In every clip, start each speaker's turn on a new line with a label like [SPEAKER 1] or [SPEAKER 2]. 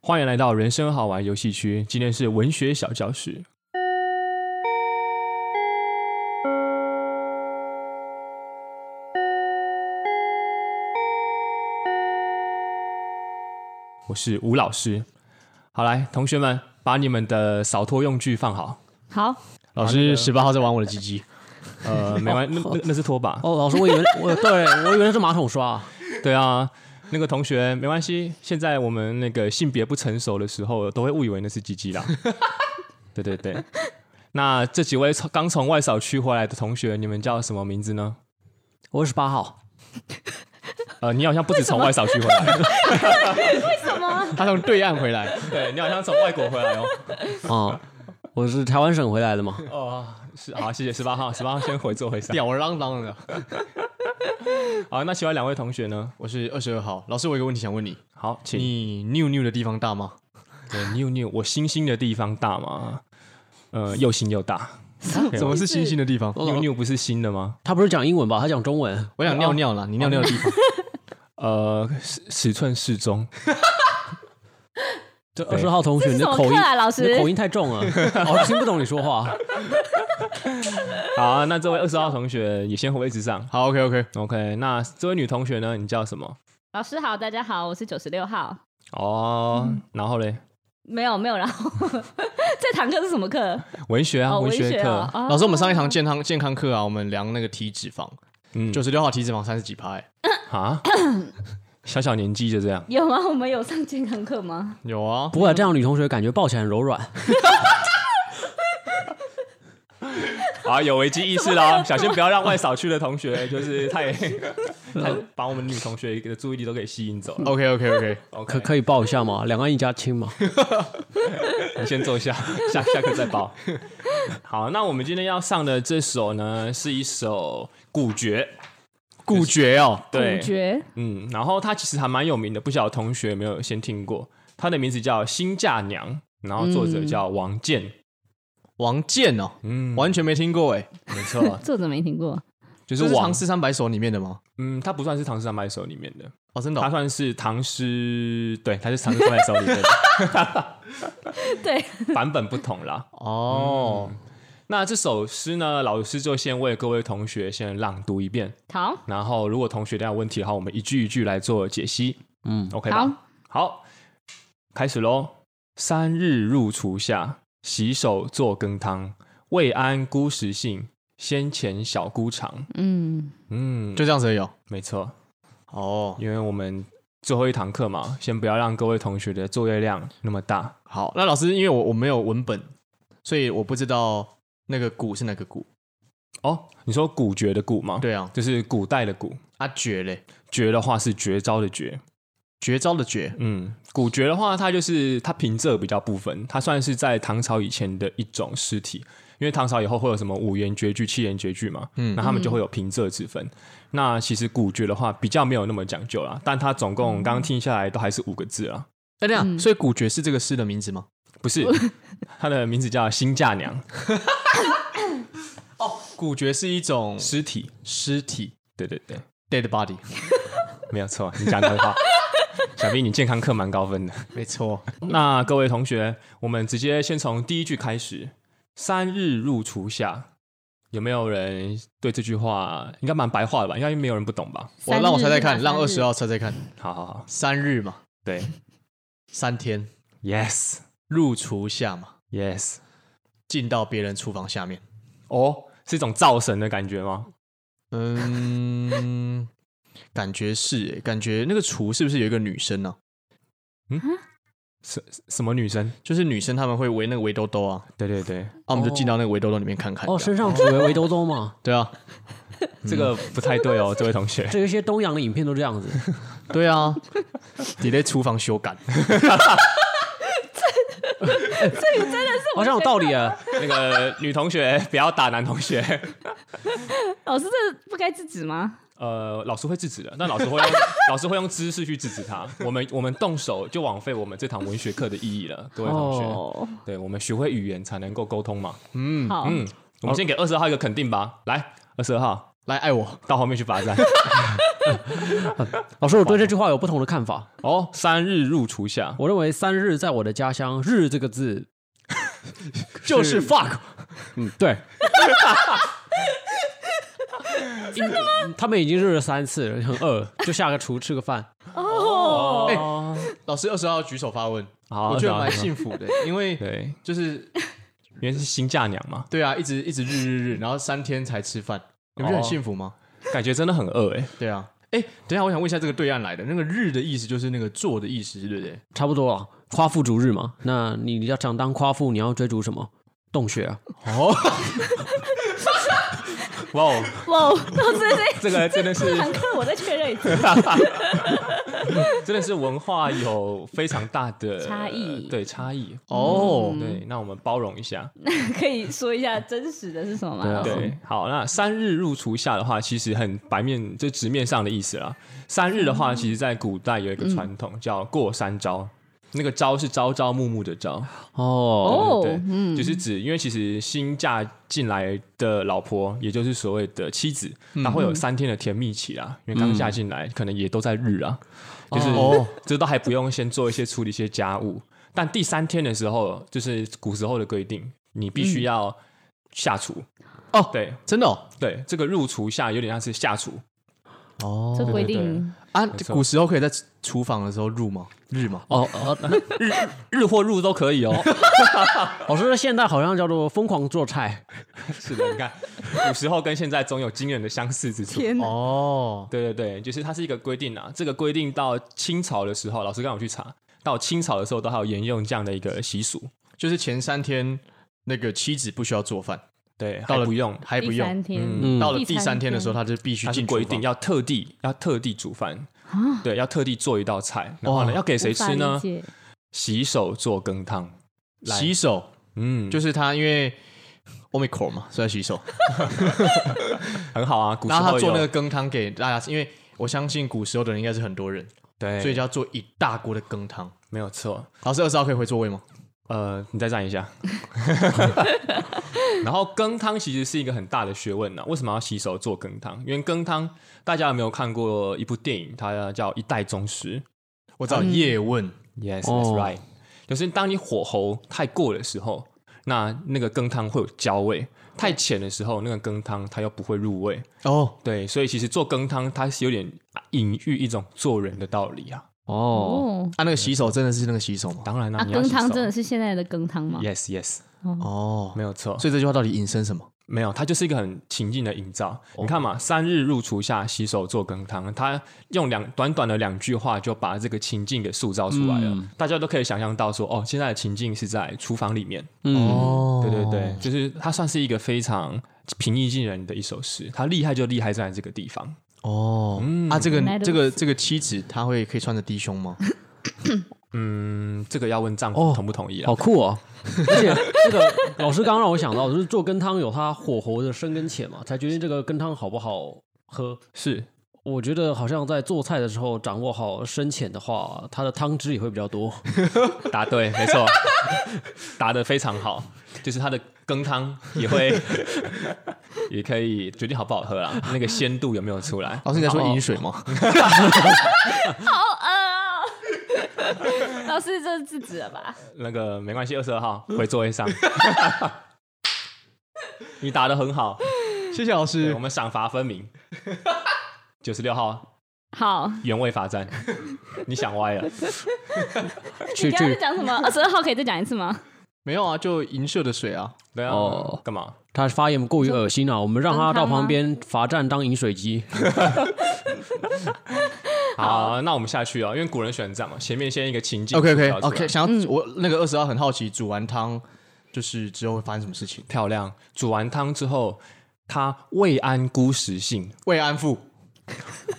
[SPEAKER 1] 欢迎来到人生好玩游戏区，今天是文学小教室。我是吴老师。好，来，同学们，把你们的扫拖用具放好。
[SPEAKER 2] 好，
[SPEAKER 3] 老师十八号在玩我的鸡鸡。
[SPEAKER 1] 呃，没关，那那那是拖把。
[SPEAKER 3] 哦，老师，我以为 我对我以为那是马桶刷。
[SPEAKER 1] 对啊，那个同学没关系。现在我们那个性别不成熟的时候，都会误以为那是鸡鸡 啦。对对对。那这几位从刚从外扫区回来的同学，你们叫什么名字呢？
[SPEAKER 3] 我是十八号，
[SPEAKER 1] 呃，你好像不止从外扫区回来，
[SPEAKER 2] 为什么？
[SPEAKER 3] 他从对岸回来。
[SPEAKER 1] 对你好像从外国回来哦。
[SPEAKER 3] 哦，我是台湾省回来的嘛。
[SPEAKER 1] 哦，是好，谢谢十八号，十八号先回座回上。
[SPEAKER 4] 吊儿郎当的。
[SPEAKER 1] 好，那其他两位同学呢？
[SPEAKER 4] 我是二十二号，老师，我有个问题想问你，
[SPEAKER 1] 好，请
[SPEAKER 4] 你尿尿的地方大吗？
[SPEAKER 1] 对妞妞，我星星的地方大吗？呃，又新又大。
[SPEAKER 4] 怎么是星星的地方？
[SPEAKER 1] 妞妞不是新的吗？
[SPEAKER 3] 他不是讲英文吧？他讲中文。
[SPEAKER 4] 我想尿尿啦，你尿尿的地方。
[SPEAKER 1] 呃，尺尺寸适中。
[SPEAKER 3] 这二
[SPEAKER 1] 对
[SPEAKER 3] 十号同学，
[SPEAKER 2] 这是
[SPEAKER 3] 你
[SPEAKER 2] 什
[SPEAKER 3] 的
[SPEAKER 2] 么
[SPEAKER 3] 口音
[SPEAKER 2] 课啊老师
[SPEAKER 3] 你的口音太重 了，我听不懂你说话。
[SPEAKER 1] 好啊，那这位二十号同学也先回位置上。
[SPEAKER 4] 好，OK OK，
[SPEAKER 1] OK，那这位女同学呢？你叫什么？
[SPEAKER 2] 老师好，大家好，我是九十六号。
[SPEAKER 1] 哦，
[SPEAKER 2] 嗯
[SPEAKER 1] 然后嘞，
[SPEAKER 2] 没有没有，然后这堂课是什么课？
[SPEAKER 1] 文学啊，
[SPEAKER 2] 哦，文
[SPEAKER 1] 学
[SPEAKER 2] 学
[SPEAKER 1] 课，
[SPEAKER 2] 啊。哦
[SPEAKER 4] 老师，我们上一堂健康健康课啊，我们量那个体脂肪，
[SPEAKER 1] 嗯，
[SPEAKER 4] 九
[SPEAKER 1] 就
[SPEAKER 4] 十六号体脂肪三十几趴，欸
[SPEAKER 1] 啊，小小年纪就这样。
[SPEAKER 2] 有吗？我们有上健康课吗？
[SPEAKER 4] 有啊，
[SPEAKER 3] 不过这样女同学感觉抱起来很柔软。
[SPEAKER 1] 啊，有危机意识啦，小心不要让外扫区的同学就是 太太把我们女同学的注意力都给吸引走了。
[SPEAKER 4] OK OK 嗯 OK，
[SPEAKER 3] 可
[SPEAKER 1] OK，
[SPEAKER 3] 可以抱一下吗？两岸一家亲嘛。
[SPEAKER 1] 你先坐下，下下课再报。 好，那我们今天要上的这首呢，是一首古绝，
[SPEAKER 4] 骨绝哦，
[SPEAKER 1] 对，
[SPEAKER 2] 主角，
[SPEAKER 1] 嗯，然后它其实还蛮有名的，不晓得同学有没有先听过？它的名字叫《新嫁娘》，然后作者叫王健。
[SPEAKER 4] 王健哦，
[SPEAKER 1] 嗯，
[SPEAKER 4] 完全没听过哎，
[SPEAKER 1] 没错
[SPEAKER 2] 作者没听过，
[SPEAKER 1] 就
[SPEAKER 4] 这
[SPEAKER 1] 是
[SPEAKER 4] 是《
[SPEAKER 1] 王
[SPEAKER 4] 唐。诗三百首》里面的吗？
[SPEAKER 1] 嗯，它不算是唐诗三百首里面的，
[SPEAKER 4] 哦，真的
[SPEAKER 1] 它
[SPEAKER 4] 哦，
[SPEAKER 1] 算是唐诗，对，它是唐诗三百首里面 的
[SPEAKER 2] 对，
[SPEAKER 1] 版本不同啦。嗯
[SPEAKER 4] 哦
[SPEAKER 1] 那这首诗呢，老师就先为各位同学先朗读一遍，
[SPEAKER 2] 好，
[SPEAKER 1] 然后如果同学等下有问题的话，我们一句一句来做解析。
[SPEAKER 3] 嗯，
[SPEAKER 1] OK 吧？
[SPEAKER 2] 好，
[SPEAKER 1] 好，开始喽。三日入厨下，洗手做羹汤。未谙姑食性，先前小姑尝。
[SPEAKER 2] 嗯，
[SPEAKER 1] 嗯，
[SPEAKER 4] 就这样子而已哦。
[SPEAKER 1] 没错，
[SPEAKER 4] 哦，
[SPEAKER 1] 因为我们最后一堂课嘛，先不要让各位同学的作业量那么大。
[SPEAKER 4] 好，那老师，因为我我没有文本，所以我不知道那个骨是哪个骨。
[SPEAKER 1] 哦，你说古绝的古吗？，
[SPEAKER 4] 对啊，
[SPEAKER 1] 就是古代的古。
[SPEAKER 4] 啊绝嘞，
[SPEAKER 1] 绝的话是绝招的绝，
[SPEAKER 4] 绝招的绝。
[SPEAKER 1] 嗯，古绝的话，它就是它平仄比较不分，它算是在唐朝以前的一种诗体，因为唐朝以后会有什么五言绝句、七言绝句嘛，嗯，
[SPEAKER 4] 嗯
[SPEAKER 1] 那他们就会有平仄之分。那其实古绝的话比较没有那么讲究啦，但它总共刚刚听下来都还是五个字啊，
[SPEAKER 4] 哎，等一下，
[SPEAKER 2] 嗯
[SPEAKER 4] 所以骨绝是这个诗的名字吗？
[SPEAKER 1] 不 是，它的名字叫新嫁娘
[SPEAKER 4] 骨绝是一种
[SPEAKER 1] 尸体，
[SPEAKER 4] 尸体
[SPEAKER 1] 对对对，
[SPEAKER 4] ，dead body。
[SPEAKER 1] 没有错，你讲的很 好，小兵你健康课蛮高分的。
[SPEAKER 4] 没错，
[SPEAKER 1] 那各位同学，我们直接先从第一句开始，“三日入厨下”，有没有人对这句话应该蛮白话的吧？应该没有人不懂吧？
[SPEAKER 4] 我让我猜猜看，让二
[SPEAKER 2] 三日
[SPEAKER 4] 十号猜猜看，
[SPEAKER 1] 好好好，
[SPEAKER 4] 三日嘛，
[SPEAKER 1] 对
[SPEAKER 4] 三天，
[SPEAKER 1] ，yes
[SPEAKER 4] 入厨下嘛，
[SPEAKER 1] yes，
[SPEAKER 4] 进到别人厨房下面。
[SPEAKER 1] 哦，是一种造神的感觉吗？
[SPEAKER 4] 嗯， 感觉是耶，感觉那个厨是不是有一个女生啊呢、
[SPEAKER 1] 什什么女生？
[SPEAKER 4] 就是女生她们会围那个围兜兜啊，
[SPEAKER 1] 对对对，
[SPEAKER 4] 啊，我们就进到那个围兜兜里面看看。
[SPEAKER 3] 哦，
[SPEAKER 4] 这
[SPEAKER 3] 身
[SPEAKER 4] 样
[SPEAKER 3] 上只围围兜兜嘛。
[SPEAKER 4] 对啊，
[SPEAKER 1] 嗯这个不太对 哦，这位同学。
[SPEAKER 3] 这一些东洋的影片都这 样子。
[SPEAKER 4] 对啊，你在厨房修改。
[SPEAKER 3] 好像有道理啊。
[SPEAKER 1] 那个女同学不要打男同学，
[SPEAKER 2] 老师这不该制止吗？
[SPEAKER 1] 呃，老师会制止的，但老师 会用老师会用知识去制止他。我们我们动手就枉费我们这堂文学课的意义了，各位同学。
[SPEAKER 3] 哦，
[SPEAKER 1] 对，我们学会语言才能够沟通嘛。
[SPEAKER 4] 嗯，
[SPEAKER 2] 好，
[SPEAKER 1] 嗯，我们先给二十号一个肯定吧。来，二十号
[SPEAKER 4] 来爱我，
[SPEAKER 1] 到后面去罚站。
[SPEAKER 3] 老师，我对这句话有不同的看法。
[SPEAKER 1] 哦，三日入厨下，
[SPEAKER 3] 我认为“三日”在我的家乡，“日”这个 字
[SPEAKER 1] 就是
[SPEAKER 3] fuck。嗯，对。 真的吗？他们已经日了三次 了，很饿，就下个厨吃个饭。
[SPEAKER 2] 哦，
[SPEAKER 4] 哎老师二十号举手发问，
[SPEAKER 1] 好啊
[SPEAKER 4] 我觉得
[SPEAKER 1] 20号
[SPEAKER 4] 蛮幸福 的，因为
[SPEAKER 1] 对，
[SPEAKER 4] 就是
[SPEAKER 1] 因为是新嫁娘嘛，
[SPEAKER 4] 对啊，一直一直日日日，然后三天才吃饭，你不觉得很
[SPEAKER 1] 哦
[SPEAKER 4] 幸福吗？
[SPEAKER 1] 感觉真的很饿哎。
[SPEAKER 4] 对啊，哎，等一下，我想问一下这个对岸来的那个日的意思就是那个坐的意思，对不对？
[SPEAKER 3] 差不多啊，夸父逐日嘛。那你要想当夸父，你要追逐什么？洞穴啊！
[SPEAKER 4] 哦，
[SPEAKER 1] 哇，哦，
[SPEAKER 2] 哇，老师
[SPEAKER 1] 这
[SPEAKER 2] 这
[SPEAKER 1] 个真的是
[SPEAKER 2] 这堂课我再确认一次，
[SPEAKER 1] 真的是文化有非常大的
[SPEAKER 2] 差异
[SPEAKER 1] 对差异。
[SPEAKER 4] 哦，
[SPEAKER 1] 对，那我们包容一下。
[SPEAKER 2] 可以说一下真实的是什么吗？老师
[SPEAKER 1] 对，啊好，那三日入厨下的话，其实很白面，就直面上的意思啦。三日的话，其实在古代有一个传统叫过三朝，那个朝是朝朝暮暮的朝，
[SPEAKER 3] 哦，
[SPEAKER 2] 哦
[SPEAKER 1] 对，
[SPEAKER 2] 嗯
[SPEAKER 1] 就是指因为其实新嫁进来的老婆，也就是所谓的妻子，她会有三天的甜蜜期啦，因为刚嫁进来，可能也都在日啊，就是
[SPEAKER 4] 哦
[SPEAKER 1] 这都还不用先做一些处理一些家务，但第三天的时候，就是古时候的规定，你必须要下厨。
[SPEAKER 4] 哦
[SPEAKER 1] 对，
[SPEAKER 4] 真的哦
[SPEAKER 1] 对，这个入厨下有点像是下厨，
[SPEAKER 4] 哦
[SPEAKER 2] 这规
[SPEAKER 1] 对对对
[SPEAKER 2] 定
[SPEAKER 4] 啊，
[SPEAKER 1] 错
[SPEAKER 4] 古时候可以在厨房的时候入吗？日吗？
[SPEAKER 3] 哦哦，那
[SPEAKER 1] 日或入都可以 哦。
[SPEAKER 3] 老师现在好像叫做疯狂做菜，
[SPEAKER 1] 是的，你看古时候跟现在总有惊人的相似之处。
[SPEAKER 2] 天哪，
[SPEAKER 4] 哦，
[SPEAKER 1] 对对对，就是它是一个规定啊。这个规定到清朝的时候，老师刚好去查，到清朝的时候都还有沿用这样的一个习俗。
[SPEAKER 4] 就是前三天那个妻子不需要做饭，
[SPEAKER 1] 对，还
[SPEAKER 4] 到了
[SPEAKER 1] 不用，
[SPEAKER 4] 还不
[SPEAKER 2] 第
[SPEAKER 4] 用
[SPEAKER 2] 三，天，
[SPEAKER 1] 嗯
[SPEAKER 3] 嗯
[SPEAKER 4] 到了第三天的时候，他就必须
[SPEAKER 1] 它是
[SPEAKER 4] 进
[SPEAKER 1] 规
[SPEAKER 4] 厨房啊
[SPEAKER 1] 定要特地要特地煮饭，对，要特地做一道菜，然后呢
[SPEAKER 4] 哇
[SPEAKER 1] 要给谁
[SPEAKER 2] 无法
[SPEAKER 1] 吃
[SPEAKER 2] 理
[SPEAKER 1] 呢？
[SPEAKER 2] 解
[SPEAKER 1] 洗手做羹汤，来
[SPEAKER 4] 洗手，
[SPEAKER 1] 嗯，就
[SPEAKER 4] 就是他因为 omicron 嘛，所以要洗手。
[SPEAKER 1] 很好啊。古时
[SPEAKER 4] 然后
[SPEAKER 1] 候
[SPEAKER 4] 他做那
[SPEAKER 1] 有
[SPEAKER 4] 个羹汤给大家吃，因为我相信古时候的人应该是很多人，所以
[SPEAKER 1] 对，
[SPEAKER 4] 就要做一大锅的羹汤。
[SPEAKER 1] 没有错。
[SPEAKER 4] 老师二十号可以回座位吗？
[SPEAKER 1] 呃，你再站一下。 然后羹汤其实是一个很大的学问呢、为什么要洗手做羹汤？因为羹汤大家有没有看过一部电影？它叫《一代宗师
[SPEAKER 4] 我找叶问，》。
[SPEAKER 1] Yes,
[SPEAKER 3] 哦
[SPEAKER 1] that's right、就是当你火候太过的时候，那那个羹汤会有焦味；太浅的时候，那个羹汤它又不会入味。
[SPEAKER 4] 哦，
[SPEAKER 1] 对，所以其实做羹汤它是有点隐喻一种做人的道理啊。
[SPEAKER 3] 哦，
[SPEAKER 2] 哦。
[SPEAKER 4] 啊他、那个洗手真的是那个洗手吗？
[SPEAKER 1] 当然啦、
[SPEAKER 2] 啊，
[SPEAKER 1] 你要
[SPEAKER 2] 羹
[SPEAKER 1] 洗
[SPEAKER 2] 汤
[SPEAKER 1] 手
[SPEAKER 2] 真的是现在的羹汤吗？
[SPEAKER 1] Yes, Yes，
[SPEAKER 4] 哦，
[SPEAKER 1] 没有错。
[SPEAKER 4] 所以这句话到底引申什么？
[SPEAKER 1] 没有，它就是一个很情境的营造。你看嘛，三日入厨下，洗手做羹汤，他用两短短的两句话就把这个情境给塑造出来了。大家都可以想象到说，哦，现在的情境是在厨房里面。
[SPEAKER 3] 嗯，
[SPEAKER 4] 哦
[SPEAKER 1] 对对对，，就是它算是一个非常平易近人的一首诗。它厉害就厉害在这个地方，
[SPEAKER 4] 哦，啊，这
[SPEAKER 2] 原来如
[SPEAKER 4] 个
[SPEAKER 2] 此
[SPEAKER 4] 这个这个妻子，她会可以穿着低胸 吗？
[SPEAKER 1] 嗯，这个要问丈夫
[SPEAKER 3] 哦
[SPEAKER 1] 同不同意啊？
[SPEAKER 3] 好酷哦！ 而且这个老师刚刚让我想到，就是做羹汤有它火候的深跟浅嘛，才决定这个羹汤好不好喝。
[SPEAKER 1] 是
[SPEAKER 3] 我觉得好像在做菜的时候掌握好深浅的话，它的汤汁也会比较多。
[SPEAKER 1] 答对，没错， 答得非常好，就是它的羹汤也会 也可以决定好不好喝啦，那个鲜度有没有出来。
[SPEAKER 4] 老师你在说饮水吗？
[SPEAKER 2] 好饿哦！ 老师，这是制止了吧？
[SPEAKER 1] 那个没关系，二十二号回座位上。你打的很好，
[SPEAKER 4] 谢谢老
[SPEAKER 1] 对
[SPEAKER 4] 师
[SPEAKER 1] 我。们赏罚分明。九十六号
[SPEAKER 2] 好，
[SPEAKER 1] 原位罚站，你想歪了。
[SPEAKER 2] 你
[SPEAKER 3] 去
[SPEAKER 2] 刚刚在
[SPEAKER 3] 去，
[SPEAKER 2] 讲 什么？二十二号可以再讲一次吗？
[SPEAKER 4] 没有啊，就银色的水 啊。
[SPEAKER 1] 对啊
[SPEAKER 3] 哦，
[SPEAKER 1] 干嘛？
[SPEAKER 3] 他发言过于恶心啊了、我们让他
[SPEAKER 2] 羹汤
[SPEAKER 3] 到
[SPEAKER 2] 吗
[SPEAKER 3] 旁边罚站当饮水机。
[SPEAKER 1] 好，那我们下去啊，因为古人选这样嘛，前面先一个情境
[SPEAKER 4] OK
[SPEAKER 1] 塑
[SPEAKER 4] OK
[SPEAKER 1] 造出来
[SPEAKER 4] OK，想要、我那个二十号很好奇，煮完汤就是之后会发生什么事情？
[SPEAKER 1] 漂亮。煮完汤之后，他未安姑食性，
[SPEAKER 4] 慰安妇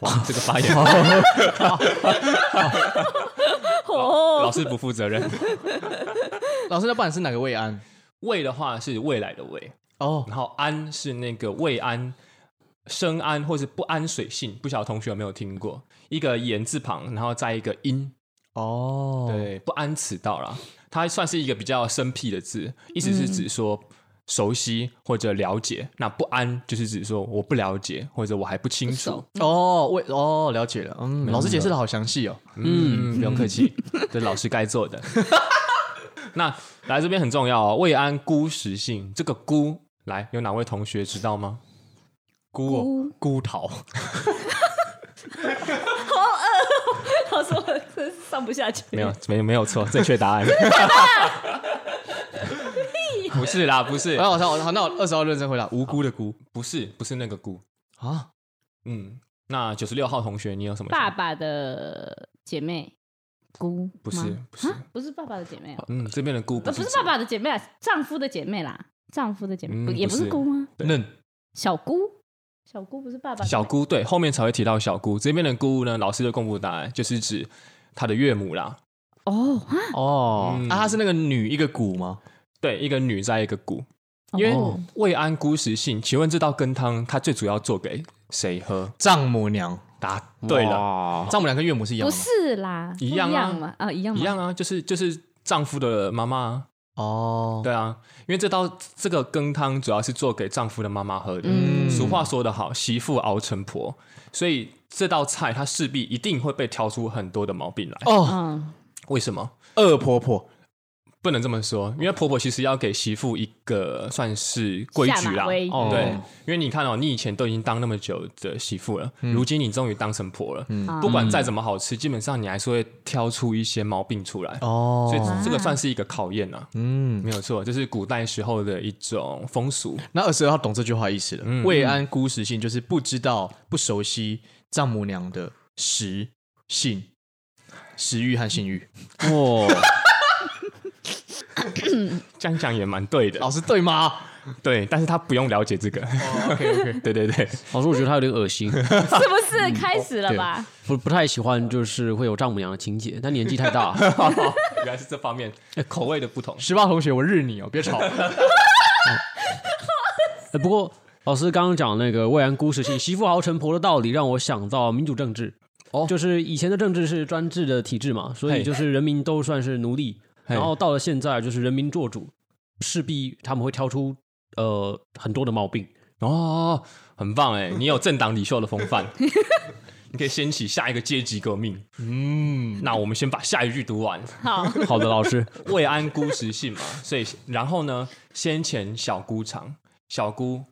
[SPEAKER 1] 哇，这个发言老
[SPEAKER 2] 哦，
[SPEAKER 1] 师不负责任。
[SPEAKER 4] 老师，那不然是哪个慰安？
[SPEAKER 1] 未的话是未来的未，
[SPEAKER 4] 哦
[SPEAKER 1] 然后安是那个未安、生安或是不安水性，不晓得同学有没有听过？一个言字旁，然后再一个音，
[SPEAKER 4] 哦，
[SPEAKER 1] 对，不安此道啦。它算是一个比较生僻的字，意思是指说、熟悉或者了解，那不安就是指说我不了解或者我还不清楚
[SPEAKER 2] 熟。
[SPEAKER 4] 哦，为哦了解了，嗯，老师解释的好详细哦。
[SPEAKER 1] 嗯，不用客气，这老师该做的。 那来这边很重要哦，未安姑实性，这个姑来有哪位同学知道吗？
[SPEAKER 4] 孤哦孤桃，
[SPEAKER 2] 他说真是上不下去，
[SPEAKER 1] 没有，没没有错，正确 答案。 不是啦，不是
[SPEAKER 4] 哎，，
[SPEAKER 2] 哦
[SPEAKER 4] 好，好，好，那我二十号认真回答，无辜的辜
[SPEAKER 1] 不是，不是那个姑。
[SPEAKER 4] 啊，
[SPEAKER 1] 嗯，那九十六号同学，你有什么想
[SPEAKER 2] 爸爸的姐妹姑吗，
[SPEAKER 1] 不是不是
[SPEAKER 2] 啊不是爸爸的姐妹哦，
[SPEAKER 1] 嗯，这边的姑
[SPEAKER 2] 呃
[SPEAKER 1] 不
[SPEAKER 2] 不
[SPEAKER 1] 是
[SPEAKER 2] 是
[SPEAKER 1] 指
[SPEAKER 2] 爸爸的姐妹啊，丈夫的姐妹啦，丈夫的姐妹
[SPEAKER 1] 嗯
[SPEAKER 2] 不也
[SPEAKER 1] 不
[SPEAKER 2] 不
[SPEAKER 1] 是
[SPEAKER 2] 是姑吗？
[SPEAKER 4] 嫩
[SPEAKER 2] 小姑，小姑不是爸爸的
[SPEAKER 1] 小
[SPEAKER 2] 妹
[SPEAKER 1] 姑，对，后面才会提到小姑。这边的姑呢，老师就公布答案，就是指她的岳母啦。
[SPEAKER 2] 哦啊
[SPEAKER 4] 哦
[SPEAKER 1] 嗯
[SPEAKER 4] 啊，她是那个女一个骨吗？
[SPEAKER 1] 对，一个女在一个姑，因为
[SPEAKER 2] 哦
[SPEAKER 1] 未安姑食性。请问这道羹汤，它最主要做给谁喝？
[SPEAKER 4] 丈母娘，
[SPEAKER 1] 答对了，
[SPEAKER 3] 了，
[SPEAKER 4] 丈母娘跟岳母是一样
[SPEAKER 2] 不
[SPEAKER 4] 的吗
[SPEAKER 2] 是啦，
[SPEAKER 1] 一
[SPEAKER 2] 不
[SPEAKER 1] 样啊
[SPEAKER 2] 嘛啊一样
[SPEAKER 1] 一
[SPEAKER 2] 嘛
[SPEAKER 1] 样啊，就是就是丈夫的妈妈啊。
[SPEAKER 4] 哦，
[SPEAKER 1] 对啊，因为这道这个羹汤主要是做给丈夫的妈妈喝的。
[SPEAKER 2] 嗯
[SPEAKER 1] 俗话说得好，媳妇熬成婆，所以这道菜它势必一定会被挑出很多的毛病来。
[SPEAKER 4] 哦，
[SPEAKER 2] 嗯
[SPEAKER 1] 为什么？
[SPEAKER 4] 恶婆婆
[SPEAKER 1] 不能这么说，因为婆婆其实要给媳妇一个算是规矩
[SPEAKER 2] 下
[SPEAKER 1] 啦
[SPEAKER 2] 马。威嗯
[SPEAKER 4] 哦
[SPEAKER 1] 对，因为你看哦，你以前都已经当那么久的媳妇了，
[SPEAKER 2] 嗯
[SPEAKER 1] 如今你终于当成婆了，
[SPEAKER 2] 啊
[SPEAKER 1] 不管再怎么好吃，基本上你还是会挑出一些毛病出来。所
[SPEAKER 4] 哦，
[SPEAKER 1] 以这个算是一个考验啊，
[SPEAKER 4] 嗯，
[SPEAKER 1] 没有错，这是古代时候的一种风俗。
[SPEAKER 4] 那二十二号懂这句话意思了。
[SPEAKER 1] 嗯
[SPEAKER 4] 未安姑食性就是不知道、不熟悉丈母娘的食性、食欲和性欲。
[SPEAKER 3] 哦，
[SPEAKER 1] 这样讲也蛮对的，
[SPEAKER 4] 老师对吗？
[SPEAKER 1] 对，但是他不用了解这个。OK OK，对对 对，
[SPEAKER 3] 老师，我觉得他有点恶心，
[SPEAKER 2] 是不
[SPEAKER 1] 嗯
[SPEAKER 2] 是开始
[SPEAKER 1] 哦
[SPEAKER 2] 了吧？
[SPEAKER 3] 不不太喜欢，就是会有丈母娘的情节，但年纪太大，
[SPEAKER 1] 原来是这方面口味的不同。
[SPEAKER 4] 十八同学，我日你哦，别 吵。
[SPEAKER 3] 哎，不过老师刚刚讲那个未然姑实性，媳妇熬成婆的道理，让我想到民主政治。
[SPEAKER 1] 哦
[SPEAKER 3] 就是以前的政治是专制的体制嘛，所
[SPEAKER 1] 嘿
[SPEAKER 3] 以就是人民都算是奴隶，
[SPEAKER 1] 嘿
[SPEAKER 3] 然后到了现在就是人民做主，势必他们会挑出呃很多的毛病。
[SPEAKER 1] 哦，很棒哎，你有政党领袖的风 范，你可以掀起下一个阶级革命。嗯，那我们先把下一句读完。
[SPEAKER 2] 好，
[SPEAKER 3] 好的，老 师，
[SPEAKER 1] 未安姑食性嘛， 所以然后呢，先前小姑长，小姑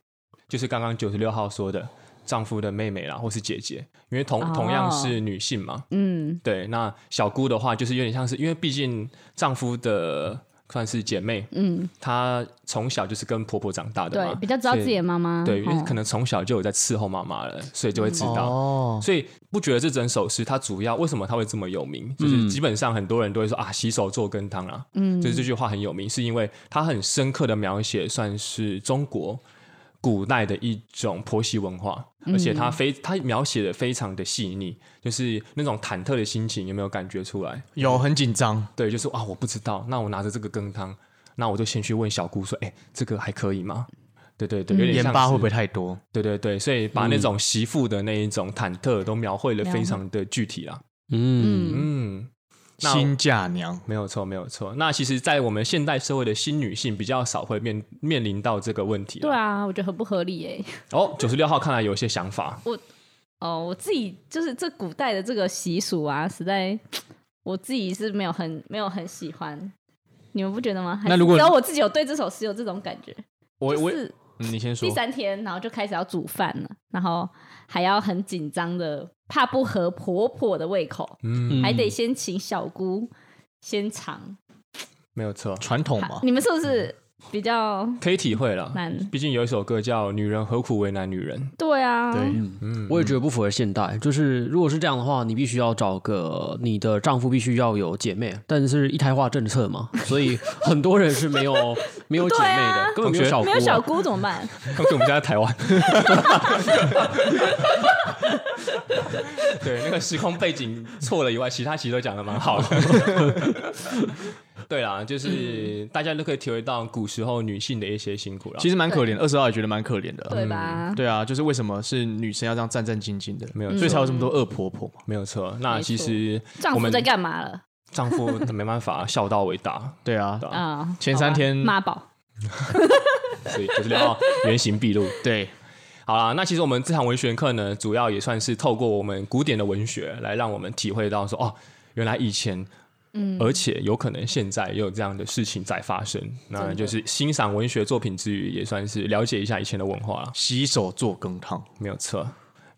[SPEAKER 1] 就是刚刚九十六号说的丈夫的妹妹啦，或是姐姐，因为同
[SPEAKER 2] 哦
[SPEAKER 1] 同样是女性嘛。
[SPEAKER 2] 嗯
[SPEAKER 1] 对，那小姑的话就是有点像是，因为毕竟丈夫的算是姐妹，
[SPEAKER 2] 嗯，
[SPEAKER 1] 她从小就是跟婆婆长大的嘛，
[SPEAKER 2] 对，比较知道自己的妈妈，
[SPEAKER 1] 所以对，因为
[SPEAKER 2] 哦
[SPEAKER 1] 可能从小就有在伺候妈妈了，所以就会知道。
[SPEAKER 4] 哦，
[SPEAKER 1] 所以不觉得这整首诗它主要为什么它会这么有名？就
[SPEAKER 4] 嗯
[SPEAKER 1] 是基本上很多人都会说啊，洗手做羹汤啊，嗯，就是这句话很有名，是因为它很深刻的描写算是中国古代的一种婆媳文化，而且它非它描写的非常的细腻，就是那种忐忑的心情有没有感觉出来？
[SPEAKER 4] 有很紧张，
[SPEAKER 1] 对，就是啊，我不知道，那我拿着这个羹汤，那我就先去问小姑说，哎、这个还可以吗？对对对，有点
[SPEAKER 4] 嗯盐
[SPEAKER 1] 像
[SPEAKER 4] 巴
[SPEAKER 1] 是
[SPEAKER 4] 会不会太多？
[SPEAKER 1] 对对对，所以把
[SPEAKER 2] 嗯
[SPEAKER 1] 那种媳妇的那一种忐忑都描绘的非常的具体啦。
[SPEAKER 3] 嗯，
[SPEAKER 2] 嗯
[SPEAKER 1] 嗯，那
[SPEAKER 4] 新嫁娘
[SPEAKER 1] 没有错，没有错。那其实，在我们现代社会的新女性比较少会面面临到这个问题。
[SPEAKER 2] 对，啊，我觉得很不合理耶、
[SPEAKER 1] 哦，九十六号看来有一些想法。
[SPEAKER 2] 哦，我自己就是这古代的这个习俗啊，实在我自己是没有很没有很喜欢，你们不觉得吗？还
[SPEAKER 4] 那
[SPEAKER 2] 是
[SPEAKER 4] 如果
[SPEAKER 2] 只有我自己有对这首诗有这种感觉，
[SPEAKER 1] 我
[SPEAKER 2] 就
[SPEAKER 1] 我
[SPEAKER 2] 是
[SPEAKER 1] 嗯你先说
[SPEAKER 2] 第。三天，然后就开始要煮饭了，然后还要很紧张的，怕不合婆婆的胃口，
[SPEAKER 1] 嗯，
[SPEAKER 2] 还得先请小姑先尝。
[SPEAKER 1] 没有错，
[SPEAKER 4] 传统嘛，
[SPEAKER 2] 你们是不是比较
[SPEAKER 1] 可以体会了。
[SPEAKER 2] 难？
[SPEAKER 1] 毕竟有一首歌叫《女人何苦为难女人》。
[SPEAKER 2] 对啊，
[SPEAKER 4] 对，
[SPEAKER 3] 我也觉得不符合现代。就是如果是这样的话，你必须要找个你的丈夫必须要有姐妹，但是一胎化政策嘛，所以很多人是没有没有姐妹
[SPEAKER 2] 对
[SPEAKER 3] 的
[SPEAKER 2] 啊，
[SPEAKER 3] 根本没有
[SPEAKER 1] 哦
[SPEAKER 3] 小姑、
[SPEAKER 2] 没
[SPEAKER 3] 啊，
[SPEAKER 2] 有小姑怎么办？
[SPEAKER 1] 可是我们现在台湾。 对，那个时空背景错了以外，其他其实都讲的蛮好的。 对啦，就是大家都可以体会到古时候女性的一些辛苦啦。
[SPEAKER 4] 其实蛮可怜的，二十号也觉得蛮可怜的。
[SPEAKER 2] 对
[SPEAKER 1] 嗯
[SPEAKER 2] 吧？
[SPEAKER 4] 对啊，就是为什么是女生要这样战战兢兢的，
[SPEAKER 1] 没有
[SPEAKER 4] 所以
[SPEAKER 1] 错，
[SPEAKER 4] 才有这么多恶婆婆嘛。
[SPEAKER 1] 没有错。那其实
[SPEAKER 2] 丈
[SPEAKER 1] 我
[SPEAKER 2] 夫
[SPEAKER 1] 们
[SPEAKER 2] 在干嘛了
[SPEAKER 1] 丈夫没办法，孝道伟大。
[SPEAKER 4] 对啊，
[SPEAKER 1] 对啊
[SPEAKER 2] 啊？
[SPEAKER 4] 前三
[SPEAKER 2] 好吧
[SPEAKER 4] 天
[SPEAKER 2] 妈宝
[SPEAKER 1] 所以就是 聊到原形毕露。
[SPEAKER 4] 对，
[SPEAKER 1] 好啦，那其实我们这堂文学课呢，主要也算是透过我们古典的文学来让我们体会到说，哦，原来以前，嗯，而且有可能现在也有这样的事情在发生。那就是欣赏文学作品之余，也算是了解一下以前的文化啦。
[SPEAKER 4] 洗手做羹汤，
[SPEAKER 1] 没有错。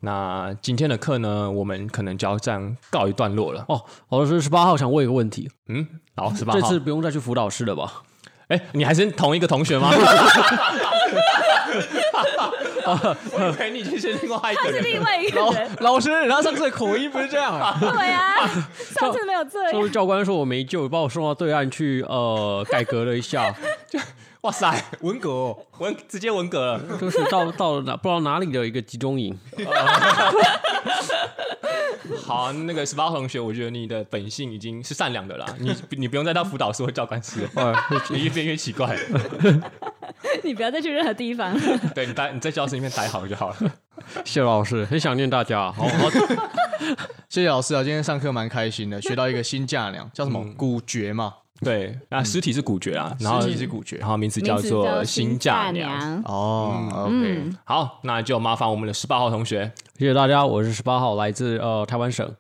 [SPEAKER 1] 那今天的课呢，我们可能就要这样告一段落了。
[SPEAKER 3] 哦，老师十八号想问一个问题，
[SPEAKER 1] 嗯，好，十八
[SPEAKER 3] 这
[SPEAKER 1] 号
[SPEAKER 3] 次，不用再去辅导室了吧？
[SPEAKER 1] 哎、你还是同一个同学 吗？我以为你已经是另外一个
[SPEAKER 2] 是
[SPEAKER 1] 人
[SPEAKER 2] 另
[SPEAKER 1] 了。
[SPEAKER 2] 外一个人。
[SPEAKER 3] 老师，人家上次的口音不是这样、 啊。
[SPEAKER 2] 对 啊，上次没有这
[SPEAKER 3] 上
[SPEAKER 2] 样。
[SPEAKER 3] 次教官说我没救，把我送到对岸去，呃，改革了一下，
[SPEAKER 1] 哇塞，
[SPEAKER 4] 文革、哦、
[SPEAKER 1] 文直接文革了。
[SPEAKER 3] 就是到到了哪不知道哪里的一个集中营。
[SPEAKER 1] 好，那个十八号同学，我觉得你的本性已经是善良的啦，你你不用再到辅导室或教官室 了，
[SPEAKER 3] 哎，
[SPEAKER 1] 你越变越奇怪。
[SPEAKER 2] 你不要再去任何地方。
[SPEAKER 1] 对你待你在教室里面待好就好了。
[SPEAKER 3] 谢老师，很想念大家。好，好
[SPEAKER 4] 谢谢老师啊，今天上课蛮开心的，学到一个新架梁，叫什
[SPEAKER 1] 嗯
[SPEAKER 4] 么？骨诀嘛，
[SPEAKER 1] 对，那尸体是骨爵啊，然后
[SPEAKER 4] 实体是骨诀
[SPEAKER 1] 然。后名字 叫
[SPEAKER 2] 名字
[SPEAKER 1] 做
[SPEAKER 2] 叫
[SPEAKER 1] 新
[SPEAKER 2] 嫁
[SPEAKER 1] 嫁娘。，
[SPEAKER 4] 哦，OK，
[SPEAKER 1] 嗯好，那就麻烦我们的十八号同学，
[SPEAKER 3] 谢谢大家，我是十八号，来自呃台湾省。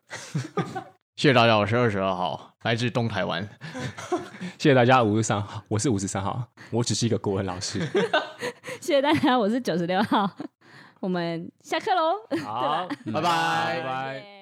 [SPEAKER 4] 谢谢大家，我是二十二号，来自东台湾。
[SPEAKER 1] 谢谢大家。五十三号，我是五十三号，我只是一个国文老 师。
[SPEAKER 2] 谢谢大家，我是九十六号，我们下课喽。
[SPEAKER 1] 好，
[SPEAKER 4] 拜拜
[SPEAKER 1] 拜拜。
[SPEAKER 2] 耶